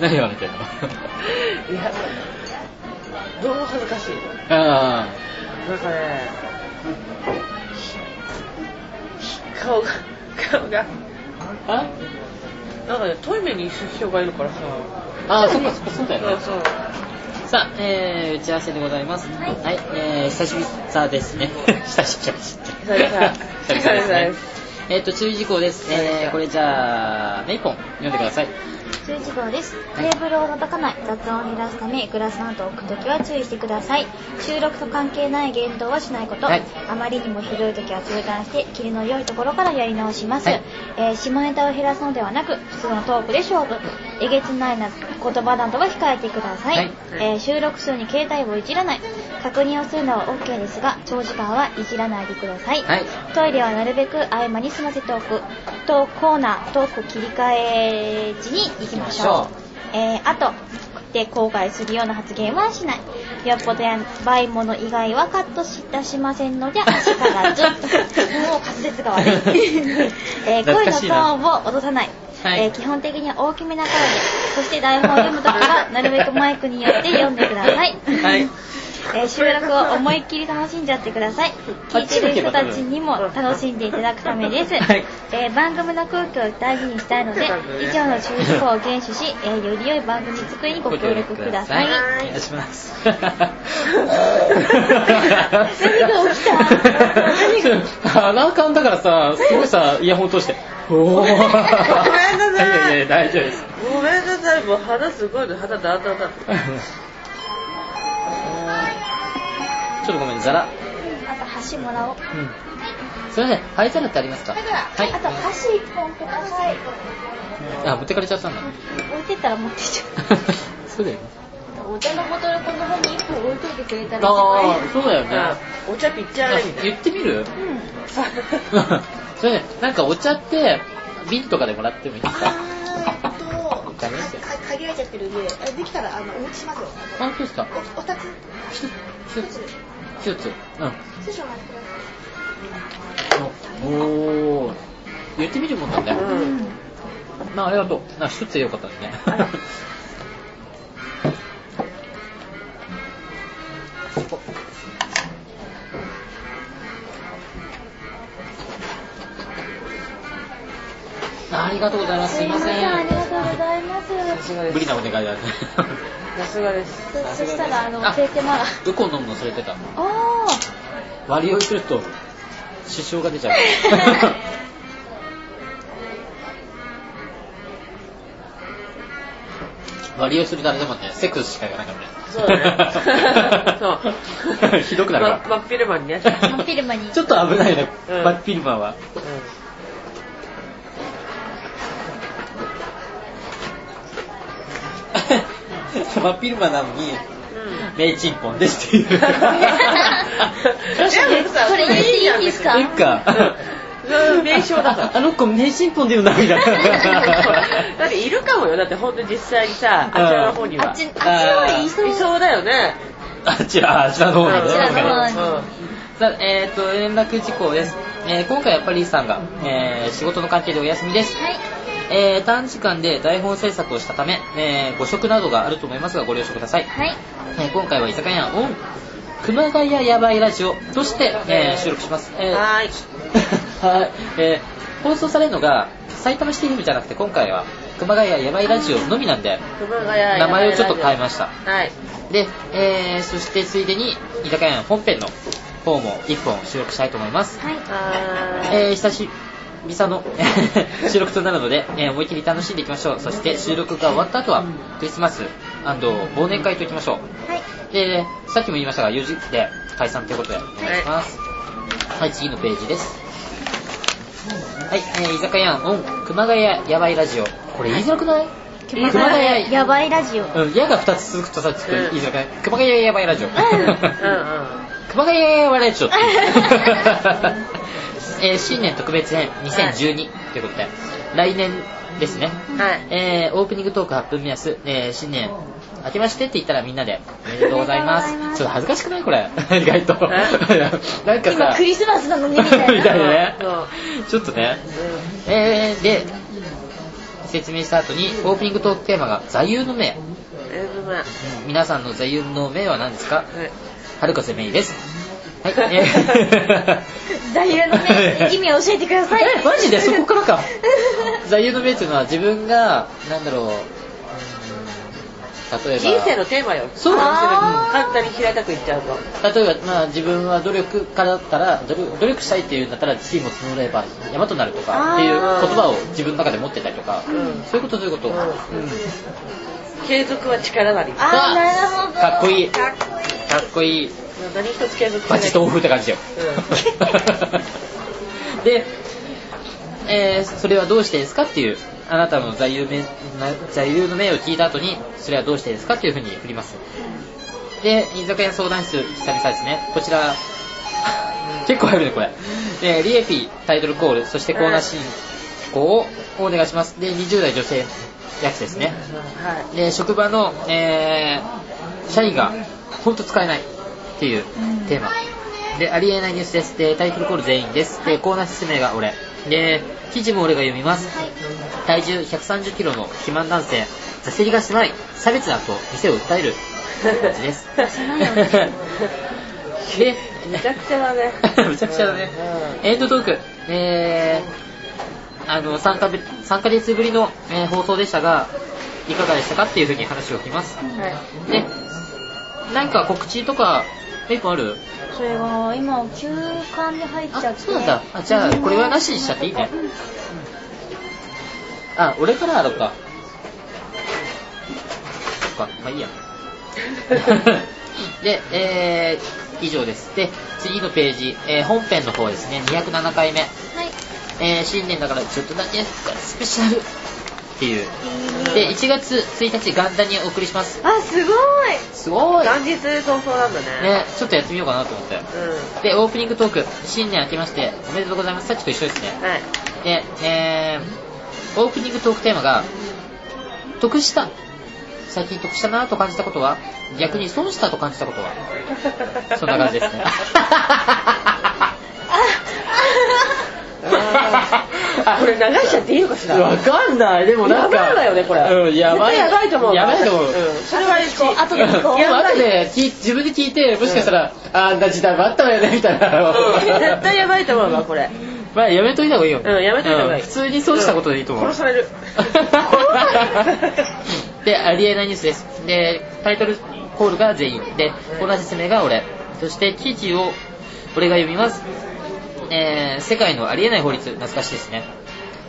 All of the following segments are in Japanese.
何言われてんのいや、どうも恥ずかしい。ああなんかね、顔が、顔が、あなんかね、トイレに一緒人がいるからさ。ああそっかそっかそうだよねそうさあ、えー、打ち合わせでございます。はい、えー、久しぶりですね。 久しぶりですね。久々 久々です久々ねです。えっ、と、注意事項です。久々えー、これじゃあ、メイポン、読んでください。注意事項です。テーブルを叩かない、雑音を減らすため、グラスなどを置くときは注意してください。収録と関係ない言動はしないこと。はいあまりにもひどいときは中断して、キリの良いところからやり直します。はいえー下ネタを減らすのではなく、普通のトークで勝負。えげつないな言葉などは控えてください。はいえー収録中に携帯をいじらない。確認をするのは OK ですが、長時間はいじらないでください。はい。トイレはなるべく合間に済ませておくとコーナートーク切り替え時に行きましょうえー、あとで後悔するような発言はしないよっぽどやばいもの以外はカットし出しませんので足から ずもう滑舌が悪い、 えー懐声かのしトいーなンを落とさない、はいえー基本的には大きめな声でそして台本を読むときはなるべくマイクによって読んでください、はい。えー収録を思いっきり楽しんじゃってください。聞いてる人たちにも楽しんでいただくためです。はいえー番組の空気を大事にしたいので、以上の注意事項を厳守し、えーより良い番組作りにご協力ください。お願いします。何が起きた鼻かんだからさ、すごいさ、イヤホン通して。おー。ごめんなさいいやいや、大丈夫です。ごめんなさい、もう肌すごいの、肌だだだ。ちょっとごめん、ザラ。あと箸もらおう。うん。すいません、灰皿ってありますかはい。あと箸一本ください。あ、持ってかれちゃったん だ。置いてったら持ってっちゃう。そうだよね。お茶のボトルこの方に一本置いといてくれたらああ、そうだよね。あお茶ぴっちゃーみたい言ってみるうん。それね、なんかお茶って、瓶とかでもらってもいいですかあーっとダメですよ。か限られちゃってるんで、あできたらあのお持ちしますよ。あ、そうですか。おお二つ、一つ、一つ。うん。少々お待ちくおださい。ー。言ってみるもんなんだな。よ。うん。まあ、ありがとう。な、一つでよかったですね。あありがとうございます。すいませあん。りがとうございます。さすがで無理す。なお願いだね。 さすがです。そそしたら、あのあ、教えても らう。ウコン飲むの忘れてた。おー。割りをすると、支障が出ち ゃう。割りをするとあれだもんね、セックスしかいかなかったね。そうだね。そう。 ひどくなるわま真っ昼間にね。真っ昼間にちょっと危ないね、うん真っ昼間 は。う真っ昼間なのに、ん。うん。名チンポンですっていう。 でもさ、これ言っていいんですかいいか。うん名称だから。あの子名チンポンだよな、みたい な。だっているかもよ。だって本当に実際にさ、あちらの方にあは。っち、あっちあーの方にいそう。いそうだよね。 あちら、あちらの方にね。あちらの方にうんさあ、えっ、と、連絡事項です。えー今回はパリーさんが、えー仕事の関係でお休みです。はい。えー短時間で台本制作をしたため、えー、誤食などがあると思いますがご了承ください。はい。えー今回は居酒屋オン、熊谷やばいラジオとして、えー収録します。えーはーい。 はい、えー放送されるのが、埼玉市 FM じゃなくて今回は熊谷やばいラジオのみなんで、熊谷や名前をちょっと変えましした。た。はい。で、えー、そしてついでに、居酒屋の本編の方も1本収録したいと思います。はい。はえー、久しぶりの 収録となるので、えー思いっきり楽しんでいきましょう。そして収録が終わった後は、クリスマス忘年会といきましょはい。う。で、さっきも言いましたが、4時で解散ということで、お願いします。はい、次のページです。はい、えー、居酒屋オン、熊谷やばいラジオ。これ言いづらくない熊熊谷谷やばいラジオ。うん、矢が2つ続くとさ、ちょっと言いづらくない熊谷やばいラジオ。い。うん 熊谷笑いちょっと。 えー新年特別編2012ということで、来年ですね。うん。はい。えーオープニングトーク8分目安、えー新年明けましてって言ったらみんなで、おめでとうござい ます。おめでとうございますちょっと恥ずかしくないこれ。 意外と。なんか今さ、クリスマスなのにみたい みな。たいなねそう。ちょっとね。うえー、で、説明した後に、オープニングトークテーマが座右の銘。えーごめん。は皆さんの座右の銘は何ですかい。春風めいです。 はい。えー座右の 銘、意味を教えてください。えマジでそこから か 座右の銘っていうのは自分が、なんだろううーん、例えば、人生のテーマよ。そうあ簡単に平たく言っちゃうと。例えば、まあ、自分は努力家だったら努力努力したいっていうんだったら地位も募れば山となるとかっあーていう言葉を自分の中で持ってたりとか、んそういうことそういうこと、うんうん継続は力なり。あーなるほどかっこいいかかっこいい。っこいい何一つ継続しバないチ豆腐って感じだよ、で、えーそれはどうしてですかっていうあなたの座右銘な座右の銘を聞いた後にそれはどうしてですかっていうふうに振りますで居酒屋相談室久々ですねこちら 結構入るねこれ、えーリエピータイトルコールそしてコーナー進行をお願いしますで20代女性役ですねはい。で職場の、えー社員が本当使えないっていうテーマ、でありえないニュースですでタイトルコール全員ですでコーナー説明が俺で記事も俺が読みます、体重1 3 0キロの肥満男性挫折がしない差別だと店を訴える感じですでめちゃくちゃだね 。むちゃくちゃだねうん。エンドトーク、えー、あの3か月、3ヶ月ぶりの、えー放送でしたが、いかがでしたかっていうふうに話を聞きます。はい。ね、なんか告知とか、一本あるそれが今休館に入っちゃっあ、てそうなんだ。あ、じゃあ、これはなしにしちゃっていいね。うんあ、俺からだろうか。そっか、まあい いや。で、えー、以上です。で、次のページ、えー本編の方ですね、207回目。はいえー新年だからちょっとだけスペシャルっていう。えで、1月1日元旦にお送りします。ーあすごいすごい元日早々なんだね。ね、ちょっとやってみようかなと思って。うで、オープニングトーク、新年明けまして、おめでとうございます。さっきと一緒ですね。ん。はい。で、えー、オープニングトークテーマが、得した。最近得したなと感じたことは、逆に損したと感じたことは、そんな感じ ですね。あこれ流しちゃっていいのかしらわかんない、でもなんか。やばいわよねこれうん、やばい。絶対やばいと思うやばいと思う。んそれは一後で聞こういや、やば後いで聞い自分で聞いて、もしかしたら、あんな時代もあったわよね、みたいな。絶対やばいと思うわこれ まあ、やめといた方がいいよ。うんやめといた方がいういん普通に損したことでいいと思う。殺される で、ありえないニュースです。で、タイトルコールが全員。で、コーナー説明が俺。そして、記事を俺が読みます。えー、世界のありえない法律、懐かしいですね。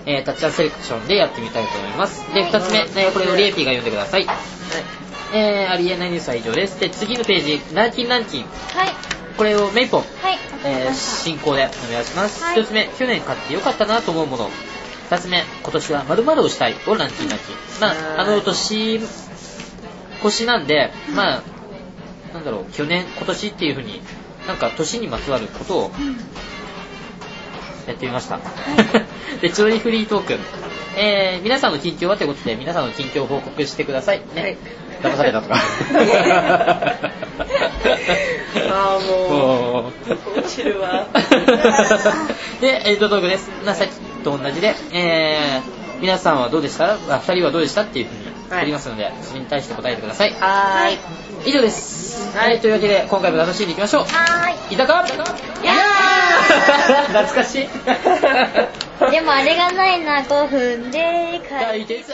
えー、タッチアンセレクションでやってみたいと思います。で、二つ目、ね、これをリエピーが読んでください。えー、ありえないニュースは以上です。で、次のページ、ナンキンナンキン。はいこれをメイポン、はいわかりえー、まし進行でお願いします。はい一つ目、去年買ってよかったなと思うもの。二つ目、今年は〇〇をしたいをランキングランキング。まあ、あはいの、年越しなんで、まあ、なんだろう、去年、今年っていうふうに、なんか年にまつわることをた、うんやってみました。 で、ちょいフリートーク。えー、皆さんの近況はということで、皆さんの近況を報告してください。ね。はい騙されたとか。 あーもも落ちるわ で、エンドトークです。なさっきと同じで、えー、皆さんはどうでしたあ二人はどうでしたっていうふうにはいありますので、それに対して答えてください。はーい以上です。はい、というわけで、今回も楽しんでいきましょう。はー居酒 屋や ー懐か しい。いでもあれがないな5分で帰る大鉄